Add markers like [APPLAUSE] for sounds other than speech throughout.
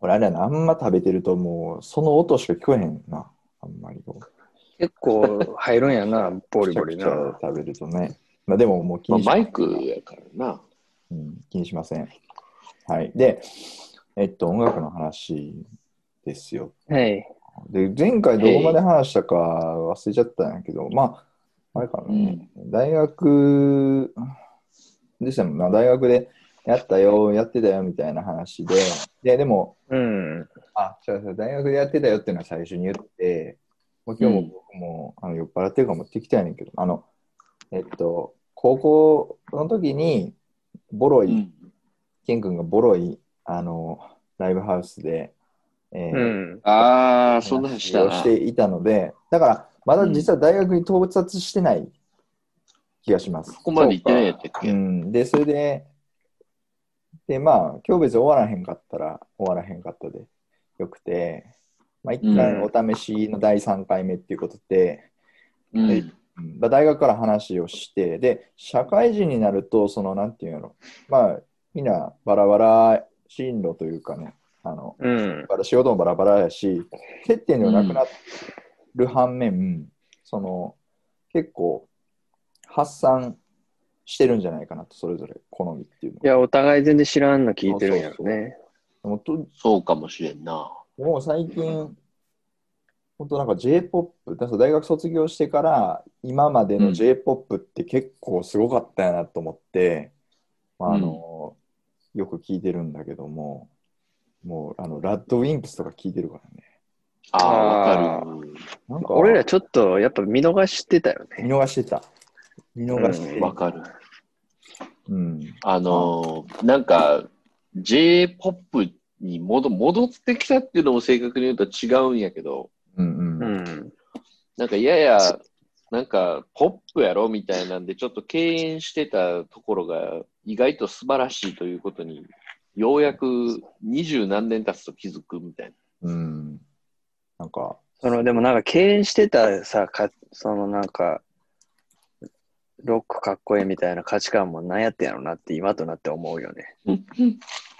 俺あれやな、あんま食べてるともう、その音しか聞こえへんな。あんまりこう。結構入るんや [LAUGHS] な、ボリボリくちゃくな。ちゃ食べるとね。まあでももう気まあにし,、マイクやからな。うん、気にしません。はい。で、えっと、音楽の話ですよ。はい。で、前回どこまで話したか忘れちゃったんやけど、まあ、あれかな、うん大学でしたもんな、大学でやったよ、やってたよみたいな話で、で、でも、うん。あ、違う違う、大学でやってたよっていうのは最初に言って、もう今日も僕も、あの酔っ払ってるから持ってきたやねんけど、あの、えっと、高校の時に、ボロうい、ん。ケン君がボロい、あの、ライブハウスで、えーうん。ああ、そんな話したをなし。ていたので、だから、まだ実は大学に到達してない気がします。ここまで行ってないやったっうけん、で、それで、で、まあ、今日別に終わらへんかったら、終わらへんかったでよくて、まあ、一回お試しの第3回目っていうことで、ううんん。うんまあ大学から話をして、で、社会人になると、その、なんていうの、まあ、みんなバラバラ進路というかね、あの、うん。バラ仕事もバラバラやし、接点ではなくなる反面、その結構発散してるんじゃないかなと、それぞれ好みっていうのいや、お互い全然知らんの聞いてるんやろね。もうとそうかもしれんな。もう最近、本当なんか J-POP、だから大学卒業してから今までうのん J-POP って結構すごかったやなと思って、まああのよく聞いてるんだけども、もうあのラッドウィンプスとか聞いてるからね。ああ、わあーかる。なんか俺らちょっとやっぱ見逃してたよ見ね。逃してた。見逃してわかる。うん。あのーなんか、J-POP に戻戻ってきたっていうのも正確に言うと違うんやけど、うんううん。ん。なんかやや、なんか、ポップやろみたいなんで、ちょっと敬遠してたところが、意外と素晴らしいということに、ようやく二十何年経つと気づくみたいうん。なんか、その、でもなんか敬遠してたさ、かそのなんか、ロックかっこいいみたいな価値観もなんやってんやろなって今となって思うよね。な。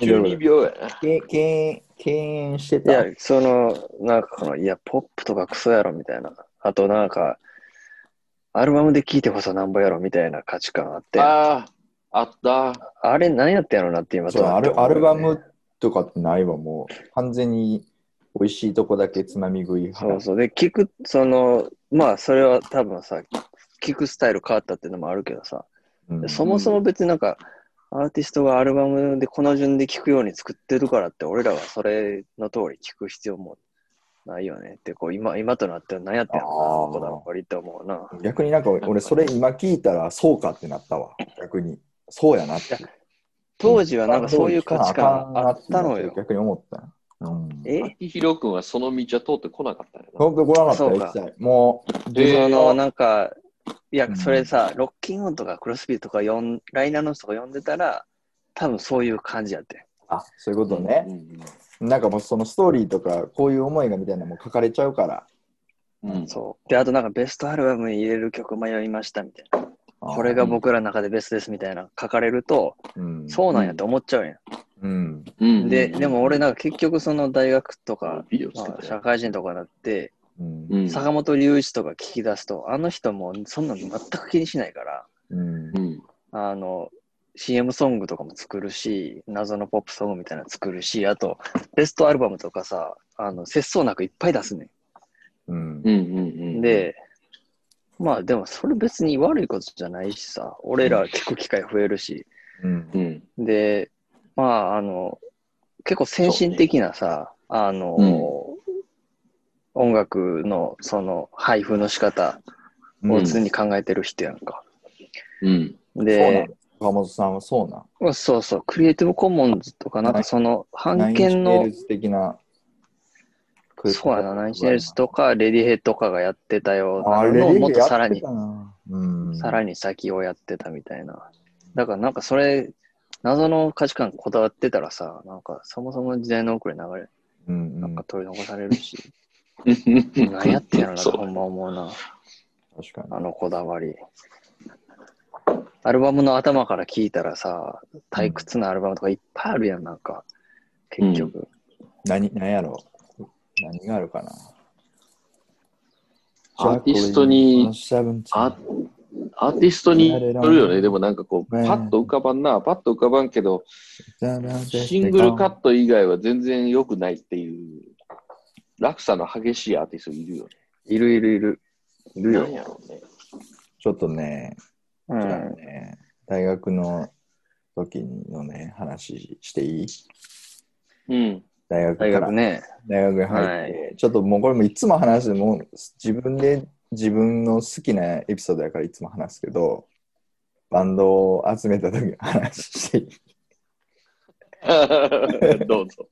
12秒やな。け敬敬遠していた。や、その、なんかこの、いや、ポップとかクソやろみたいな。あとなんか、アルバムで聴いてこそなんぼやろみたいな価値観あって、あああ、あった。れ何やったんやろなって今そうとなアってル思うアよねルバムとかってないわ、もう。完全に美味しいとこだけつまみ食い。そうそう。で、聞く、その、まあ、それは多分さ、聞くスタイル変わったっていうのもあるけどさ、うんそもそも別になんか、アーティストがアルバムでこの順で聞くように作ってるからって、俺らはそれの通り聞く必要もないよねって、こう、今、今となっては何やってんあーのこだわりって思うな。逆になんか俺、それ今聞いたら、そうかってなったわ。逆に。そうやなって。当時はなんかそういう価値観あったのよ。逆に思ったよ。うん。え秋広くんはその道は通ってこなかったんやな。本当来なかったよ、そうか一切。もう、えーそのなんか、いうや、んそれさ、ロッキンオンとかクロスビーとか読ん、ライナーノーズとか読んでたら、多分そういう感じやって。あ、そういうことねう。んなんかもうそのストーリーとか、こういう思いがみたいなのも書かれちゃうから。うんうんそう。で、あとなんかベストアルバムに入れる曲迷いましたみたいな。これが、が僕らの中でベストですみたいな書かれると、うん、そうなんやって思っちゃうやうん。うんん。で、でも俺なんか結局その大学とか、ビデオま作っあ、て社会人とかになって、うん。うん坂本龍一とか聞き出すと、あの人もそんなの全く気にしないから、うんう。んあの、CM ソングとかも作るし、謎のポップソングみたいなの作るし、あと、ベストアルバムとかさ、あの、節操なくいっぱい出すねうんうんうんうんん。、で、まあでもそれ別に悪いことじゃないしさ、俺ら聞く機会増えるし、うんうんで、まああの、結構先進的なさ、あの、音楽のその配布の仕方を常に考えてる人やんか。うんそうなでん、岡本さんはそうなん。うんそうそう、クリエイティブコモンズとか、なんかその、版ナイ権ンチネのイル、ズ的な。そうやな、ナインチネイルズとか、レディヘッドとかがやってたようあなれのを、もっとさらやにて、たなうん。さらに先をやってたみたいな。だからなんかそれ、謎の価値観こだわってたらさ、なんかそもそも時代の遅れ流れ、うんうんなんか取り残されるし、うん何 [LAUGHS] やってんやろな、そうほんま思うな、確かに。あのこだわり。アルバムの頭から聞いたらさ、退屈なアルバムとかいっぱいあるやん、なんか、結局。何、何やろう何があるかなアーティストに、アあアーティストによるよね。でもなんかこう、パッと浮かばんな、パッと浮かばんけど、シングルカット以外は全然良くないっていう、落差の激しいアーティストいるよね。いるいるいる。いるなんよ。やろうね。ちょっとね、うじゃあん。ね大学の時のね、話していいうん。大学か大ら学ね。大学に入って、ちょっともうこれもいつも話すもう自分で自分の好きなエピソードやからいつも話すけどバンドを集めた時の話していい [LAUGHS] どうぞ。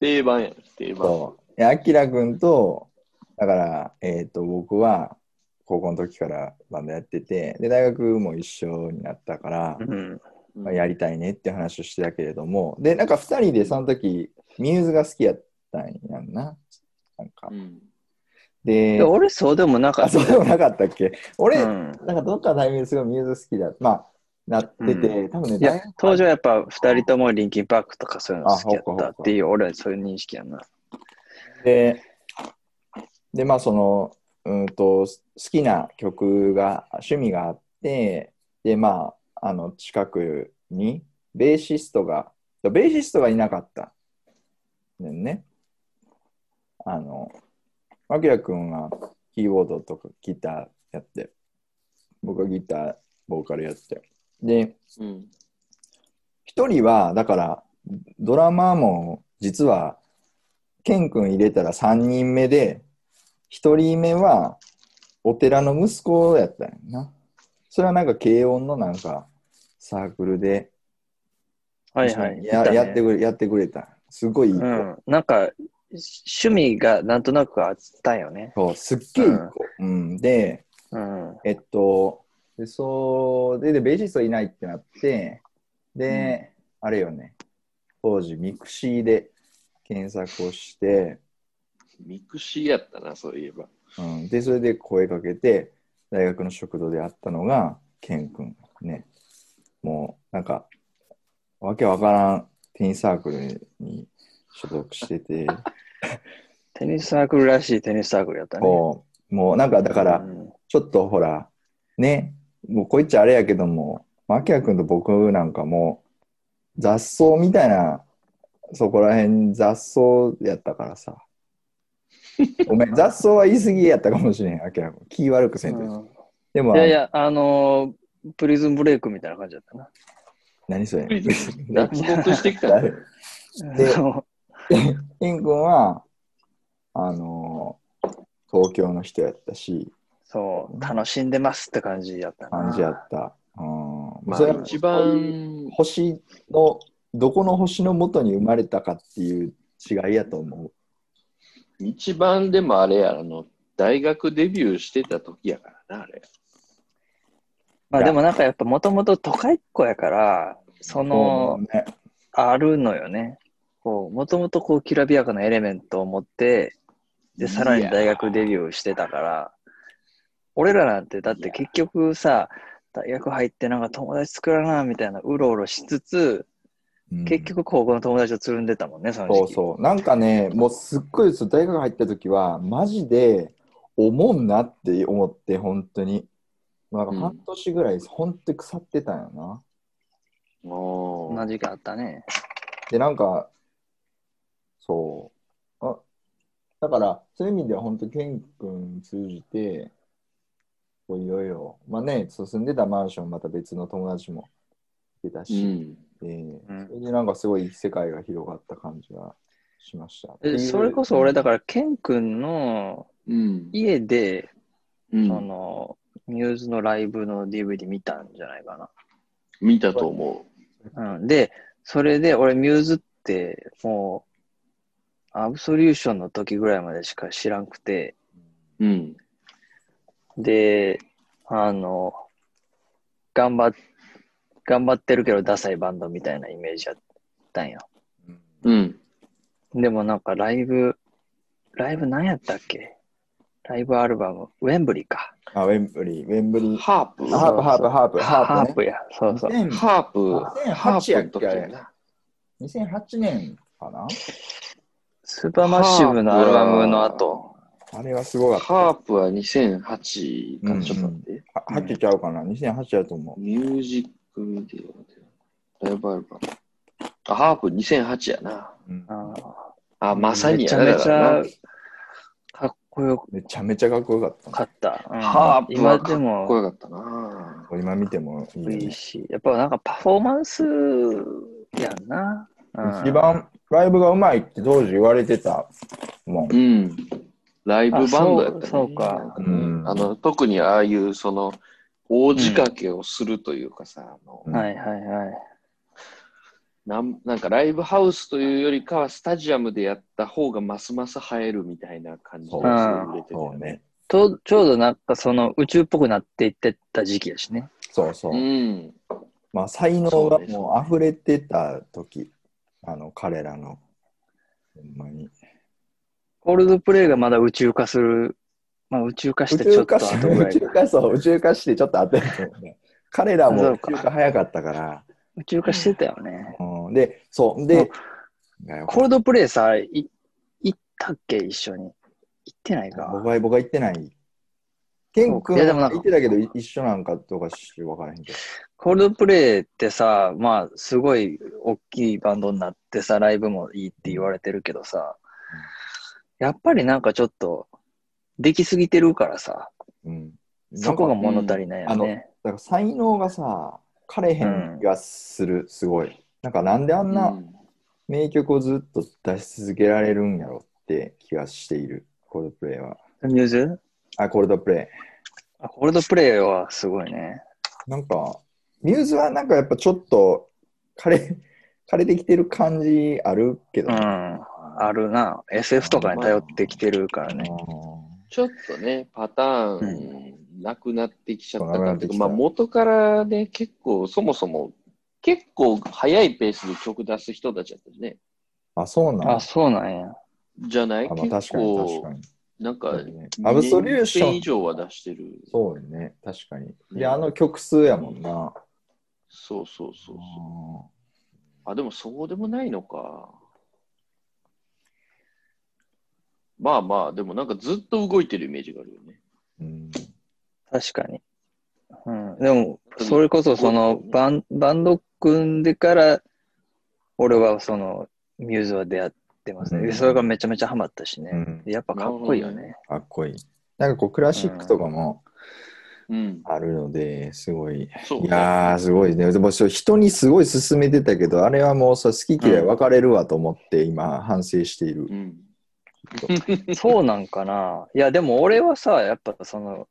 定番やね、定番。そうでアキラ君とだから、えー、と僕は高校の時からバンドやっててで大学も一緒になったから、うん。まあやりたいねって話をしてたけれどもでなんか2人でその時ミューズが好きやったんやんななんかうん。でで俺そうでもなかあったそうでもなかったっけ俺、うん。なんかどっかのタイミングですごいミューズ好きだ。まあ、なってて、う多分ね、いや、当時はやっぱ二人ともリンキンパークとかそういうの好きやあほうっかたほうっかていう、俺はそういう認識やな。で、で、まあ、その、うんと、好きな曲が、趣味があって、で、まあ、あの、近くに、ベーシストが、ベーシストがいなかった。ねんね。あの、マキラ君はキーボードとかギターやって、僕はギター、ボーカルやって。で、うん。一人はだからドラマーも実はケン君入れたら3人目で1人目はお寺の息子やったんやなそれはなんか軽音のなんかサークルではいはい。やいたねやってくれやってくれたすごいいい子、うん。なんか、趣味がなんとなくあったんよね。そうすっげえいい子、うんでうん。えっと、で、そう、で、でベーシストいないってなって、で、あれよね、当時、ミクシーで検索をして、ミクシーやったな、そういえば。うん、で、それで声かけて、大学の食堂で会ったのが、ケン君、ね。もう、なんか、わけわからんテニスサークルに所属して [LAUGHS] て、テニスサークルらしいテニスサークルやったね。こうもう、なんか、だから、うんちょっとほら、ね、もうこいつあれやけども、マキア君と僕なんかもう雑草みたいな、そこら辺雑草やったから [LAUGHS] さ。ごめん、雑草は言い過ぎやったかもしれん、アキラ君。気悪くせんといて。でも、いやいや、あのープリズンブレイクみたいな感じだったな。何それ。脱獄して [LAUGHS] きたね。で [LAUGHS] あのケン君は、あのー東京の人やったし、そう、楽しんでますって感じやったな。感じやった。うん。まそれあ、は一番、星のどこの星の元に生まれたかっていう違いやと思う。一番でもあれや、あの、大学デビューしてた時やからな、あれ。まあでもなんかやっぱもともと都会っ子やから、その、そうね、あるのよね。こう、もともとこう、きらびやかなエレメントを持って、で、さらに大学デビューしてたから、俺らなんて、だって結局さ、大学入ってなんか友達作らな、みたいな、うろうろしつつ、うん結局高校の友達をつるんでたもんね、そのそ時う期。そう。なんかね、もうすっごいそう大学入った時は、マジで、おもんなって思って、本当に。なんかうん半年ぐらい、本当に腐ってたんよな。おそんーな時期あったね。で、なんか、そう。あだから、そういう意味では、本当、ケン君通じて、こういろいろ、まあね、そう住んでたマンション、また別の友達もいたうし、ん。えーうんそれでなんかすごい世界が広がった感じがしました。でそれこそ俺、だから、ケン君のうん。家で、うんその、ミューズのライブの DVD 見たんじゃないかな。見たと思うん、で、それで俺ミューズってもう、アブソリューションの時ぐらいまでしか知らんくて、う。うん。で、あの、頑張っ、頑張ってるけどダサいバンドみたいなイメージやったんよ。うんうん。でもなんかライブ、ライブ何やったっけライブアルバム、ウェンブリーか。あ、ウェンブリー、ウェンブリー。ハープハープ、ハープ、ハープ、ハハーーププ、ね。や、そうそう。 2000ハープ、 2008ハープの時ややっな。 2008年かなスーパーマッシブのアルバムの後。あれはすごかった。ハープは2008うんか、ちょっと待って。は8ちゃうかな ?2008 だと思ミュージックビデオで、ライブアルバム。あ、ハープ2008やな。う。うんあーあ、まさにめちやゃなめちだからゃなかっこよめちゃめちゃかっこよかったかった。うんハープ今はかでっこもよかったな。今見てもいいよいいね。し、やっぱなんかパフォーマンスやんな。うん一番ライブがうまいって当時言われてたもんう。ん。ライブバンドやったねあそうそうかなんねうんあの、特にああいう、その、大仕掛けをするというかさ、あのうんはいはいはい。なんなんかライブハウスというよりかはスタジアムでやった方がますます映えるみたいな感じでそうれてたそようね。。と、ちょうどなんかその宇宙っぽくなっていってた時期やしね。そうそうう。ん。まあ才能がもう溢れてた時、あの彼らの。ほんまに。コールドプレイがまだ宇宙化する。まあ宇宙化し宇てち宙ょっと化し後ぐら宇い宙か。化そう、宇宙化してちょっと当てると思うね。彼らも宇宙化早かったから。宇宙化してたよね。うん、で、そう、うでん、コールドプレイさ、い行ったっけ一緒に。行ってないか。僕は、僕は行ってない。ケン君いやでもなはんか行ってたけど、い一緒なんかとかし分からへんけど。コールドプレイってさ、まあ、すごい大きいバンドになってさ、ライブもいいって言われてるけどさ、やっぱりなんかちょっと、できすぎてるからさ、うん。そこがなんか物足りないよね。だから才能がさ、枯れへん気がする、すごい。なんかなんであんうなん名曲をずっと出し続けられるんやろって気がしている、コールドプレイは。ミューズあ、コールドプレイ。あコールドプレイはすごいね。なんか、ミューズはなんかやっぱちょっと枯 [LAUGHS] れ、枯れてきてる感じあるけどうん。。あるな。SF とかに頼ってきてるからね。ちょっとね、パターンなくなってきちゃったなくかなっらてきたまあ元からね、結構、そもそも、結構早いペースで曲出す人たちだったよね。あ、そうなんあ、そうなんや。じゃないあ、まあ確結かに確か構、に。なんか、そうねアブソリューショ2年ン以上は出してる。そうよね、確かに。いねや、あの曲数やもんな。そうそうそうそう。ああ、でもそうでもないのか。まあまあ、でもなんかずっと動いてるイメージがあるよね。ーうん確かに。うん、でも、それこそそのバンバンド組んでから、俺はそのミューズは出会ってますね。うんでそれがめちゃめちゃハマったしね。うんやっぱかっこいいよね。かっこいい。なんかこう、クラシックとかもうん。あるので、すごい。そうねいやー、すごいね。でも、そう人にすごい勧めてたけど、あれはもうさ、好き嫌い分かれるわと思って、今、反省しているう。ん。そうなんかな。いや、でも俺はさ、やっぱその、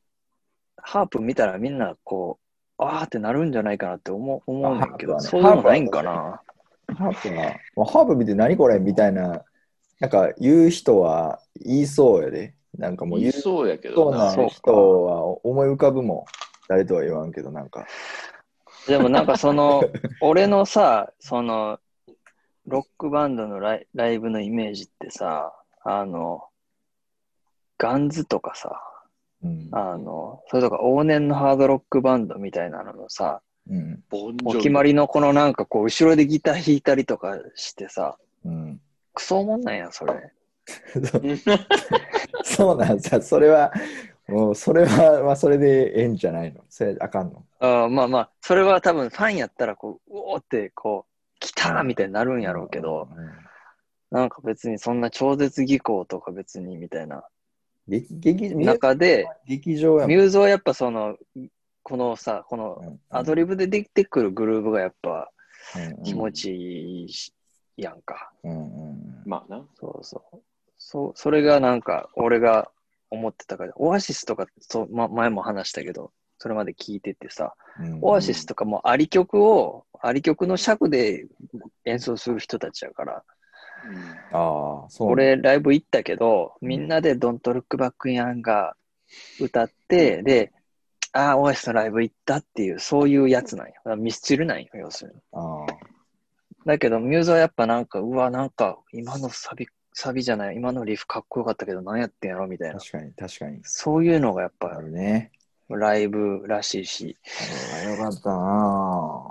ハープ見たらみんなこう、あーってなるんじゃないかなって思う思うねんだけど、あハーそプはねうでもないんかな。ハープが、もうハープ見て何これみたいな、なんか言う人は言いそうやで。なんかもう言言いうそうやけそどうなそうか人は思い浮かぶもん。誰とは言わんけど、なんか。でもなんかその、俺のさ、その、ロックバンドのライライブのイメージってさ、あの、ガンズとかさ、うん。あの、それとか往年のハードロックバンドみたいなののさ、うん。ボンジョおビ決まりのこのなんかこう、後ろでギター弾いたりとかしてさ、うん。クソおもんなんやん、それ。そうなんじゃ、それは、もうそれは、まあ、それでええんじゃないの。それあかんの。あーまあまあ、それは多分ファンやったらこう、うおーってこう、来たーみたいになるんやろうけど、うん、なんか別にそんな超絶技巧とか別にみたいな劇劇中で、劇場やもミん。ューズはやっぱその、このさ、このうんアドリブでできてくるグルーブがやっぱうん気持ちいいしやんか。うんうんまあな。そうそう。そう、それがなんか俺が思ってたから、オアシスとかそう、ま、前も話したけど、それまで聞いててさ、うんオアシスとかもあり曲を、あり曲の尺で演奏する人たちやから、ああ、そう。俺ライブ行ったけど、みんなで Don't Look Back in Anger 歌って、で、ああ、オアシスのライブ行ったっていう、そういうやつなんよ。ミスチルなんよ、要するに。ああだけど、ミューズはやっぱなんか、うわ、なんか、今のサビ、サビじゃない、今のリフかっこよかったけど、何やってんやろみたいな。確かに、確かに。そういうのがやっあぱるね。ライブらしいし、あれはよかったなあ